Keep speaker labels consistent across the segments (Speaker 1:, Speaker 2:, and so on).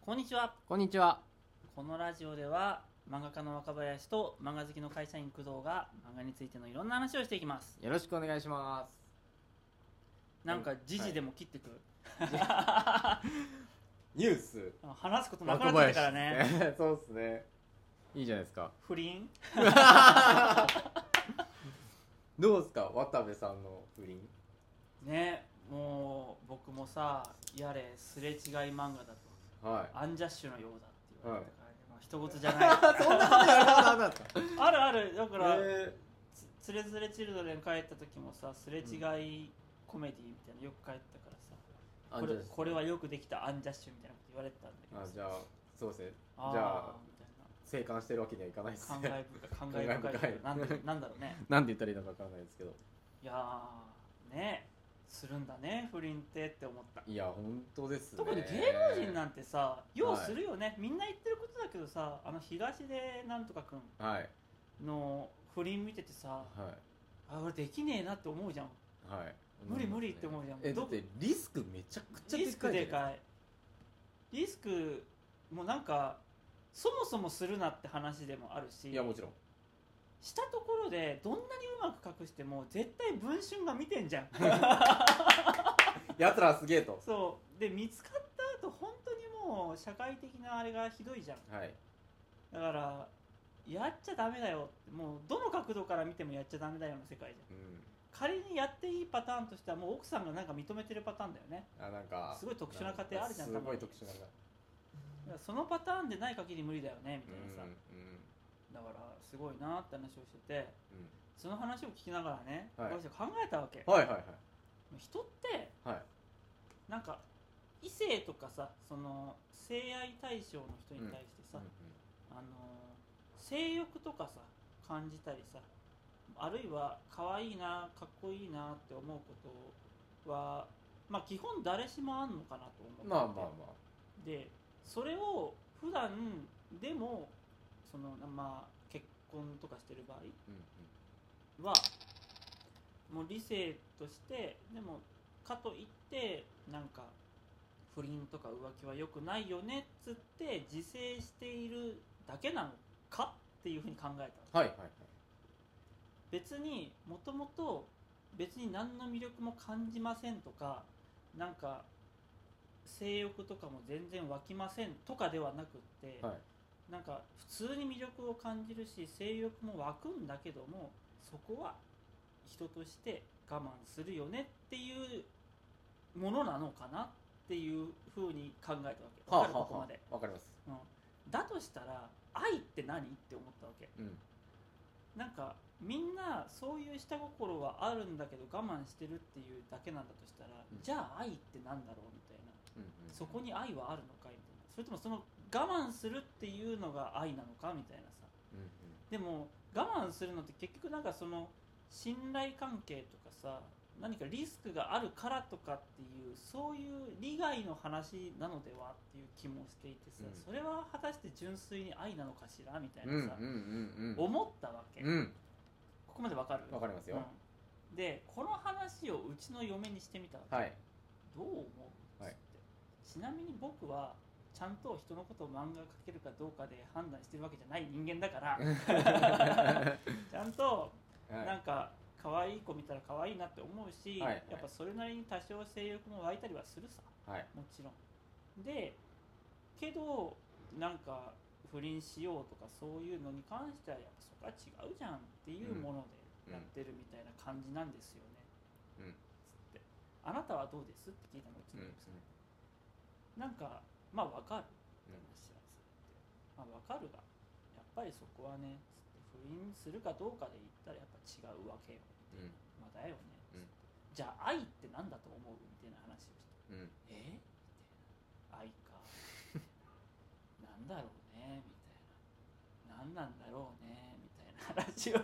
Speaker 1: こんにちは
Speaker 2: こんにちは。
Speaker 1: このラジオでは漫画家の若林と漫画好きの会社員工藤が漫画についてのいろんな話をしていきます
Speaker 2: よろしくお願いします。
Speaker 1: なんか
Speaker 2: はい
Speaker 1: 時事でも切ってく、
Speaker 2: ニュース。
Speaker 1: 話すことなくなってきたからね
Speaker 2: 若林って。 そうっすね。いいじゃないですか。
Speaker 1: 不倫
Speaker 2: どうですか、渡部さんの不倫。
Speaker 1: ねもう僕もさやれすれ違い漫画だと
Speaker 2: は
Speaker 1: アンジャッシュのようだって言われたからね、まあ一言じゃ
Speaker 2: い。そんなことやらなかっ
Speaker 1: な
Speaker 2: た。
Speaker 1: いあるあるだから、
Speaker 2: え
Speaker 1: つつれづれチルドレン帰った時もさすれ違いコメディみたいなのよく帰ったからさ、
Speaker 2: ー、
Speaker 1: これ
Speaker 2: あじゃ
Speaker 1: これはよくできたアンジャッシュみたいなこと言われてたんだけど
Speaker 2: ああ、
Speaker 1: さ
Speaker 2: じゃあ、そうですね。
Speaker 1: あー
Speaker 2: じゃあ
Speaker 1: みたいな
Speaker 2: 生還してるわけにはいかないです
Speaker 1: 感
Speaker 2: ね。
Speaker 1: 慨深い感慨深い
Speaker 2: 感慨深い
Speaker 1: なんだなんだろうね
Speaker 2: なんて言ったらいいのかわからないですけど。
Speaker 1: いやーねするんだね不倫ってって思った
Speaker 2: いや、本当ですね。
Speaker 1: 特に芸能人なんてさようするよね、みんな言ってることだけどさあの東出なんとかくん
Speaker 2: はい。
Speaker 1: の不倫見ててさ
Speaker 2: はい。
Speaker 1: あ俺できねえなって思うじゃん
Speaker 2: はい。
Speaker 1: 無理無理って思うじゃん
Speaker 2: え、だ
Speaker 1: ど
Speaker 2: ってリスクめちゃくちゃ
Speaker 1: リスクで
Speaker 2: い
Speaker 1: かいリスクもなんかそもそもするなって話でもあるし
Speaker 2: いや、もちろん。
Speaker 1: したところでどんなにうまく隠しても絶対文春が見てん じゃん
Speaker 2: 奴らはすげえと。
Speaker 1: そうで見つかった後本当にもう社会的なあれがひどいじゃん
Speaker 2: はい。
Speaker 1: だからやっちゃダメだよってもうどの角度から見てもやっちゃダメだよの世界じゃん
Speaker 2: うん。
Speaker 1: 仮にやっていいパターンとしてはもう奥さんがなんか認めてるパターンだよね
Speaker 2: あなんか
Speaker 1: すごい特殊な家庭あるじゃん
Speaker 2: す
Speaker 1: たま
Speaker 2: ごい
Speaker 1: に
Speaker 2: 特殊な家
Speaker 1: だからそのパターンでない限り無理だよねみたいなさ、
Speaker 2: う
Speaker 1: だからすごいなって話をしてて
Speaker 2: んうん
Speaker 1: その話を聞きながらね、
Speaker 2: はい
Speaker 1: 私は考えたわけ、
Speaker 2: はいはいはい
Speaker 1: 人って
Speaker 2: はい
Speaker 1: なんか異性とかさその性愛対象の人に対してさ、あの性欲とかさ感じたりさあるいは可愛いなかっこいいなって思うことはまあ基本誰しもあんのかなと思ってて
Speaker 2: まあまあま
Speaker 1: でそれを普段でもそのまあ結婚とかしてる場合
Speaker 2: あ
Speaker 1: はもう理性としてでもかといってなんか不倫とか浮気は良くないよねっつって自制しているだけなのかっていうふうに考えた
Speaker 2: はいはいはい
Speaker 1: 別にもともと別に何の魅力も感じませんとかなんか性欲とかも全然湧きませんとかではなくって、
Speaker 2: はい
Speaker 1: なんか普通に魅力を感じるし性欲も湧くんだけどもそこは人として我慢するよねっていうものなのかなっていうふうに考えた
Speaker 2: は
Speaker 1: わけわか
Speaker 2: あは
Speaker 1: る
Speaker 2: あ
Speaker 1: ここま
Speaker 2: は
Speaker 1: で、
Speaker 2: あわかります
Speaker 1: うん、だとしたら愛って何って思ったわけ
Speaker 2: うん
Speaker 1: なんかみんなそういう下心はあるんだけど我慢してるっていうだけなんだとしたら、
Speaker 2: うん
Speaker 1: じゃあ愛ってなんだろうみたいな
Speaker 2: うんうん
Speaker 1: そこに愛はあるのかみたいなそれともその我慢するっていうのが愛なのかみたいなさ
Speaker 2: うんうん
Speaker 1: でも我慢するのって結局なんかその信頼関係とかさ何かリスクがあるからとかっていうそういう利害の話なのではっていう気もしていてさ、
Speaker 2: うん
Speaker 1: それは果たして純粋に愛なのかしらみたい
Speaker 2: うん
Speaker 1: なさ、
Speaker 2: うんうん
Speaker 1: 思ったわけ、
Speaker 2: うんうん
Speaker 1: ここまでわかる
Speaker 2: わかりますよ
Speaker 1: うんでこの話をうちの嫁にしてみたわけ、
Speaker 2: はい
Speaker 1: どう思う、
Speaker 2: はい
Speaker 1: つってちなみに僕はちゃんと人のことを漫画描けるかどうかで判断してるわけじゃない人間だから ちゃんとなんか可愛い子見たら可愛いなって思うし、
Speaker 2: はいはい
Speaker 1: やっぱそれなりに多少性欲も湧いたりはするさ
Speaker 2: はい
Speaker 1: もちろんでけどなんか不倫しようとかそういうのに関してはやっぱそこは違うじゃんっていうものでやってるみたいな感じなんですよね、
Speaker 2: うんうん
Speaker 1: つって「あなたはどうです?」って聞いたのうち
Speaker 2: うん
Speaker 1: の
Speaker 2: うん
Speaker 1: 奥さんなんかまあわかるって話
Speaker 2: うん
Speaker 1: なんですよまあわかるがやっぱりそこはねつって不倫するかどうかで言ったらやっぱ違うわけよ
Speaker 2: うん
Speaker 1: まあだよね、
Speaker 2: うん
Speaker 1: じゃあ愛ってなんだと思うみたいな話をして
Speaker 2: うん
Speaker 1: えみたいな愛かなんだろうねみたいななんなんだろうねみたいな話を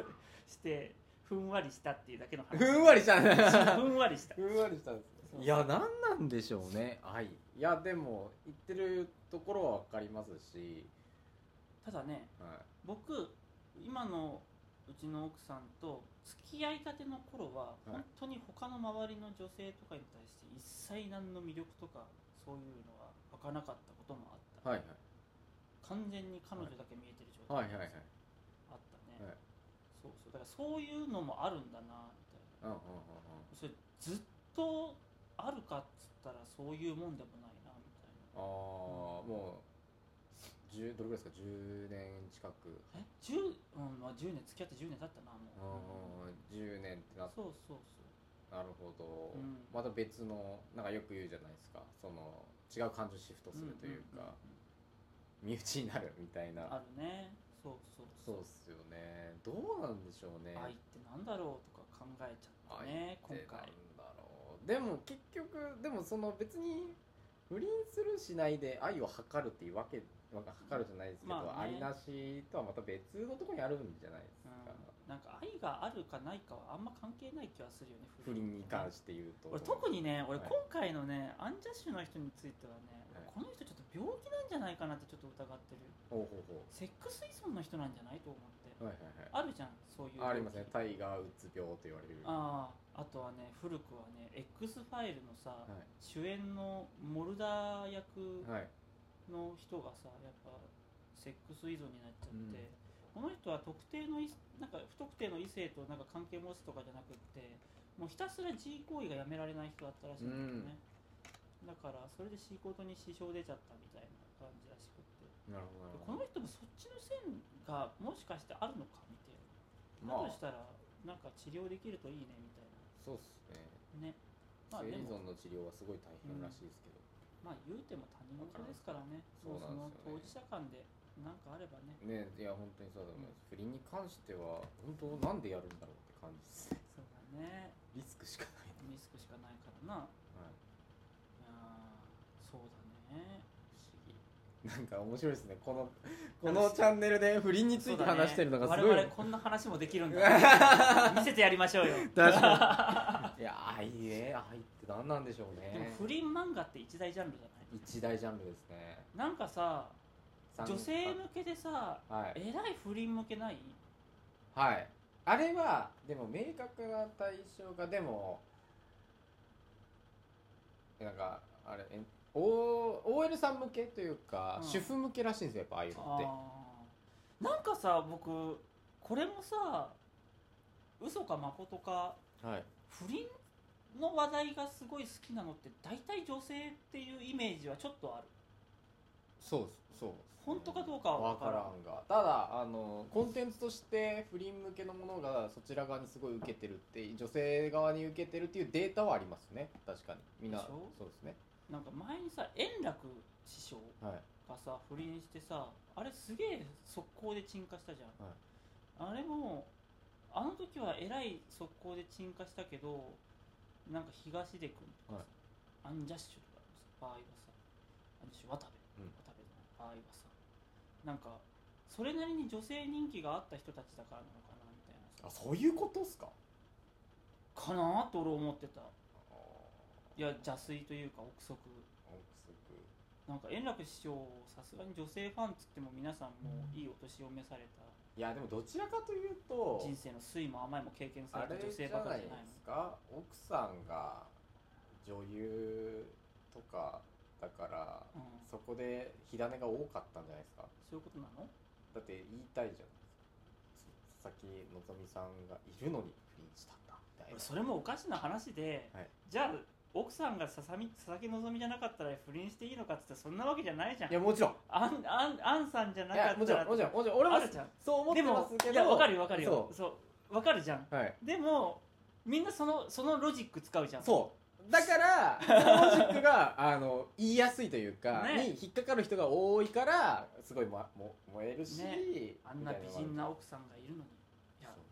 Speaker 1: してふんわりしたっていうだけの話
Speaker 2: ふんわり したね
Speaker 1: ふんわりした
Speaker 2: ふんわりしたんですねいや何なんでしょうねはいいやでも言ってるところはわかりますした
Speaker 1: だね
Speaker 2: は
Speaker 1: 僕今のうちの奥さんと付き合いたての頃は、
Speaker 2: い
Speaker 1: 本当に他の周りの女性とかに対して一切何の魅力とかそういうのは湧かなかったこともあった
Speaker 2: はいはい
Speaker 1: 完全に彼女だけ見えてる状
Speaker 2: はい
Speaker 1: 態
Speaker 2: はいはい
Speaker 1: あったね、
Speaker 2: はい
Speaker 1: そうそうだからそういうのもあるんだなみたい
Speaker 2: うんうんうん
Speaker 1: なそれずっとあるかっつったらそういうもんでもないなみたいな
Speaker 2: ああーもう10どれぐらいですか10年近く
Speaker 1: え10うんまあ10年付き合って10年経ったな
Speaker 2: う
Speaker 1: もう、
Speaker 2: ん10年ってなっ
Speaker 1: そうそうそう
Speaker 2: なるほ
Speaker 1: う
Speaker 2: ど、
Speaker 1: ん
Speaker 2: また別のなんかよく言うじゃないですかその違う感情シフトするというか、
Speaker 1: んんん
Speaker 2: 身内になるみたい
Speaker 1: うんあ
Speaker 2: な
Speaker 1: るねそうそうそ
Speaker 2: そ
Speaker 1: うう
Speaker 2: っすよねどうなんでしょうね
Speaker 1: 愛ってなんだろうとか考えちゃったね今
Speaker 2: 愛って
Speaker 1: 回
Speaker 2: なんだろうでも結局でもその別に不倫するしないで愛を測るっていうわけなんか測るじゃないですけど、
Speaker 1: まあ
Speaker 2: あ
Speaker 1: ね
Speaker 2: りなしとはまた別のとこにあるんじゃないですか、
Speaker 1: うんなんか愛があるかないかはあんま関係ない気はするよね
Speaker 2: 不倫に関
Speaker 1: て
Speaker 2: して言うと
Speaker 1: 俺特にね俺
Speaker 2: はい
Speaker 1: 今回のね、アンジャッシュの人についてはね、
Speaker 2: はい
Speaker 1: この人ちょっと病気なんじゃないかなってちょっと疑ってる
Speaker 2: ほうほうほ
Speaker 1: セックス依存の人なんじゃないと思って、
Speaker 2: うはいは
Speaker 1: ある
Speaker 2: い
Speaker 1: じゃんそういう
Speaker 2: はいありますね
Speaker 1: あ
Speaker 2: タイガーうつ病と言われる
Speaker 1: あーあとはね古くはね X ファイルのさ、
Speaker 2: はい
Speaker 1: 主演のモルダー役
Speaker 2: はい、
Speaker 1: の人がさやっぱセックス依存になっちゃって、
Speaker 2: うん
Speaker 1: この人は特定のいなんか不特定の異性となんか関係持つとかじゃなくってもうひたすら G 行為がやめられない人だったらしいんだけどね、だからそれで仕事に支障出ちゃったみたいな感じらしくって
Speaker 2: なる
Speaker 1: でこの
Speaker 2: ほど
Speaker 1: 人もそっちの線がもしかしてあるのかみたいな、だ
Speaker 2: ま
Speaker 1: とし
Speaker 2: あ
Speaker 1: たらなんか治療できるといいねみたいな
Speaker 2: そうっす
Speaker 1: ね
Speaker 2: ね
Speaker 1: まあ
Speaker 2: 生
Speaker 1: で
Speaker 2: 理依
Speaker 1: も
Speaker 2: 存の治療はすごい大変らしいですけど、
Speaker 1: まあ言うても他人事ですからね
Speaker 2: わかり
Speaker 1: も
Speaker 2: ま
Speaker 1: う
Speaker 2: す
Speaker 1: そ
Speaker 2: そう
Speaker 1: の当事者
Speaker 2: なんで
Speaker 1: 間で何かあればね
Speaker 2: ねいや本当にそうだと思います、不倫に関しては本当なんでやるんだろうって感じですね
Speaker 1: そうだね
Speaker 2: リスクしかない、
Speaker 1: リスクしかないからな
Speaker 2: はい、
Speaker 1: あーそうだね
Speaker 2: 不思議なんか面白いですねこのこのチャンネルで不倫について話してるのが
Speaker 1: そ
Speaker 2: す
Speaker 1: う
Speaker 2: ごい、
Speaker 1: だね我 々こんな話もできるんだ見せてやりましょうよ
Speaker 2: 確かにいや愛ね愛って何なんでしょう
Speaker 1: でも
Speaker 2: ね
Speaker 1: 不倫漫画って一大ジャンルじゃない
Speaker 2: 一大ジャンルですね
Speaker 1: なんかさ
Speaker 2: 三
Speaker 1: 女性向けでさ
Speaker 2: はい、
Speaker 1: えらい不倫向けない
Speaker 2: はい、あれはでも明確な対象がでもなんかあれえ O- OL さん向けというか、
Speaker 1: うん
Speaker 2: 主婦向けらしいんですよやっぱああいうのって
Speaker 1: あーなんかさ僕これもさ嘘か誠か
Speaker 2: はい、
Speaker 1: 不倫の話題がすごい好きなのって大体女性っていうイメージはちょっとある
Speaker 2: そうですそう
Speaker 1: 本当かどうかは
Speaker 2: わ
Speaker 1: 分
Speaker 2: か
Speaker 1: から
Speaker 2: ら
Speaker 1: ん
Speaker 2: んがただあのコンテンツとして不倫向けのものがそちら側にすごい受けてるって女性側に受けてるっていうデータはありますね確かにみんな
Speaker 1: でしょ
Speaker 2: そうですね
Speaker 1: なんか前にさ円楽師匠
Speaker 2: はい
Speaker 1: がさ不倫してさあれすげえ速攻で鎮火したじゃん、あれもあの時はえらい速攻で鎮火したけどなんか東出君とかさ、アンジャッシュとかの場合はさアンジャッシュ渡部、
Speaker 2: うん
Speaker 1: 渡部の場合はさなんかそれなりに女性人気があった人たちだからなのかなみたいなさ
Speaker 2: あそういうことっすか
Speaker 1: かなと俺思ってた
Speaker 2: あ
Speaker 1: いや邪推というか憶測なんか円楽師匠をさすがに女性ファンっつっても皆さんもういいお年を召された
Speaker 2: いやでもどちらかというと
Speaker 1: 人生の酸いも甘いも経験さ
Speaker 2: あ
Speaker 1: れた
Speaker 2: れ
Speaker 1: 女
Speaker 2: じ
Speaker 1: 性
Speaker 2: ゃ
Speaker 1: ばか
Speaker 2: ない
Speaker 1: り
Speaker 2: で
Speaker 1: じゃないの
Speaker 2: すか奥さんが女優とかだから
Speaker 1: うん、
Speaker 2: そこで火種が多かったんじゃないですか
Speaker 1: そういうことなの
Speaker 2: だって言いたいじゃないですか佐々木希さんがいるのに不倫したんだみたい
Speaker 1: 俺
Speaker 2: な
Speaker 1: それもおかしな話で、
Speaker 2: はい
Speaker 1: じゃあ奥さんがささみ佐々木希じゃなかったら不倫していいのかっつってそんなわけじゃないじゃん
Speaker 2: いやもちろん
Speaker 1: あんあんあんさんじゃないか
Speaker 2: や
Speaker 1: っ
Speaker 2: もち
Speaker 1: た
Speaker 2: ろ
Speaker 1: ら
Speaker 2: んもちろんもちろん俺
Speaker 1: あ
Speaker 2: も
Speaker 1: るじゃん
Speaker 2: そう思っ
Speaker 1: で
Speaker 2: てま
Speaker 1: も
Speaker 2: すけど
Speaker 1: いやわかるよわかるよ
Speaker 2: そ
Speaker 1: そうわかるじゃん
Speaker 2: うはい
Speaker 1: でもみんなそのそのロジック使うじゃん
Speaker 2: そうだからそのロジックが あの言いやすいというか、
Speaker 1: ね
Speaker 2: に引っかかる人が多いからすごい、ま、も燃えるし、
Speaker 1: ねあんな美人な
Speaker 2: み
Speaker 1: 奥さんがいるのにい
Speaker 2: たい
Speaker 1: や
Speaker 2: なのがある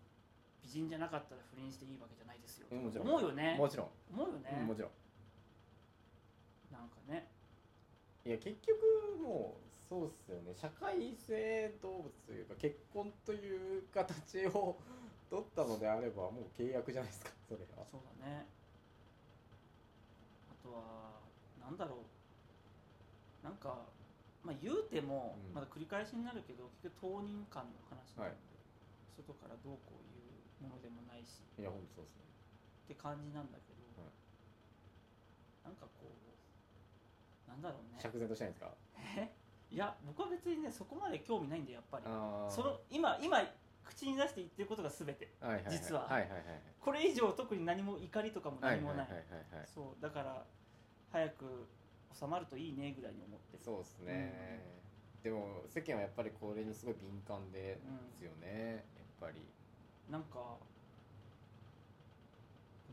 Speaker 1: 美人じゃなかったら不倫していいわけじゃないですよ
Speaker 2: うんもちろん
Speaker 1: 思うよ
Speaker 2: そう
Speaker 1: ね
Speaker 2: もちろん、
Speaker 1: 思うよね
Speaker 2: うんもちろん
Speaker 1: なんかね
Speaker 2: いや結局もうそうっすよね社会性動物というか結婚という形を取ったのであればもう契約じゃないですかそれは
Speaker 1: そうだねあとはなんだろうなんかまあ言うても、
Speaker 2: うん
Speaker 1: まだ繰り返しになるけど結局当人間の話な
Speaker 2: は
Speaker 1: ん
Speaker 2: い
Speaker 1: で、外からどうこういうものでもないし
Speaker 2: いや本当そうっすね
Speaker 1: って感じなんだけど、
Speaker 2: はい
Speaker 1: なんかこうなんだろうね
Speaker 2: 釈然としないんですか
Speaker 1: えいや僕は別にねそこまで興味ないんでやっぱり
Speaker 2: あー
Speaker 1: その今今口に出して言ってることが全て
Speaker 2: はいはいはい、
Speaker 1: 実はい
Speaker 2: はいはい
Speaker 1: これ以上特に何も怒りとかも
Speaker 2: はい
Speaker 1: 何もない,、
Speaker 2: はいはいはいはい
Speaker 1: そうだから早く収まるといいねぐらいに思ってる
Speaker 2: そうですね、でも世間はやっぱりこれにすごい敏感で
Speaker 1: うん
Speaker 2: すよね、やっぱり
Speaker 1: なんかこ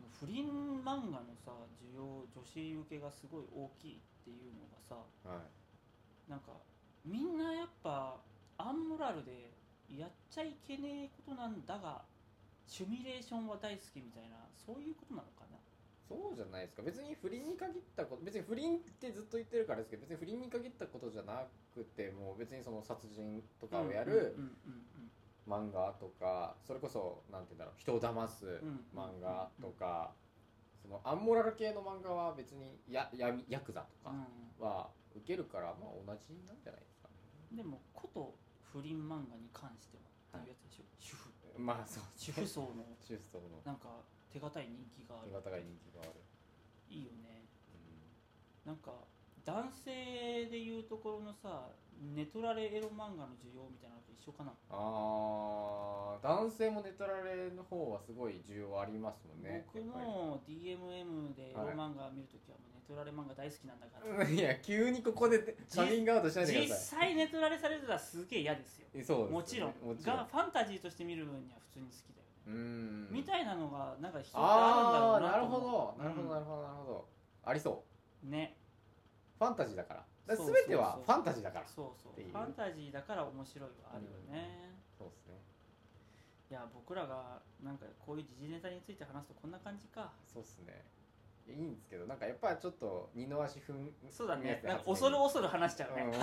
Speaker 1: の不倫漫画のさ需要女子受けがすごい大きいっていうのがさ
Speaker 2: はい
Speaker 1: なんかみんなやっぱアンモラルでやっちゃいけねえことなんだがシミュレーションは大好きみたいなそういうことなのかな
Speaker 2: そうじゃないですか別に不倫に限ったこと別に不倫ってずっと言ってるからですけど別に不倫に限ったことじゃなくてもう別にその殺人とかをやる
Speaker 1: うんうん
Speaker 2: 漫画とかそれこそなんて言うんだろう人を騙す
Speaker 1: うんうんうん
Speaker 2: 漫画とかそのアンモラル系の漫画は別にや闇ヤクザと
Speaker 1: う
Speaker 2: か
Speaker 1: ん
Speaker 2: は受けるからまあ同じなんじゃないですかね
Speaker 1: うんでもこと不倫漫画に関してはっていうやつでしょ、主婦
Speaker 2: まあそう
Speaker 1: 主婦層の
Speaker 2: 中層の
Speaker 1: なんか手堅い人気があ
Speaker 2: 手
Speaker 1: る
Speaker 2: 堅い人気がある、
Speaker 1: いいよねなんか男性でいうところのさネトラレエロ漫画の需要みたいなのと一緒かな、
Speaker 2: あー男性もネトラレの方はすごい需要ありますもんね
Speaker 1: 僕も DMM でエロ漫画見るときはもうネトラレ漫画大好きなんだから、
Speaker 2: いや急にここでてカミングアウトしないでく
Speaker 1: 実
Speaker 2: ださ
Speaker 1: 際ネトラレされてたらすげえ嫌ですよ
Speaker 2: いえそうですね
Speaker 1: もちろん
Speaker 2: もちろん
Speaker 1: がファンタジーとして見る分には普通に好きだよね、
Speaker 2: うーん
Speaker 1: みたいなのがなんか人って
Speaker 2: あ
Speaker 1: あ
Speaker 2: あ
Speaker 1: るん
Speaker 2: な
Speaker 1: だ
Speaker 2: る
Speaker 1: ろうなと思
Speaker 2: ほどなるほどなるほどなるほどありそう
Speaker 1: うんね
Speaker 2: ファンタジーだからだから
Speaker 1: そう
Speaker 2: 全ては
Speaker 1: そう
Speaker 2: フ
Speaker 1: そう
Speaker 2: ァンタジーだから
Speaker 1: そうそ
Speaker 2: っ
Speaker 1: う
Speaker 2: ていう
Speaker 1: ファンタジーだから面白いはあるよね、
Speaker 2: そうですね
Speaker 1: いや僕らがなんかこういう時事ネタについて話すとこんな感じか
Speaker 2: そうですねいいんですけどなんかやっぱちょっと二の足踏ん
Speaker 1: そうだね
Speaker 2: やつ
Speaker 1: なんか恐る恐る話しちゃうね、
Speaker 2: うん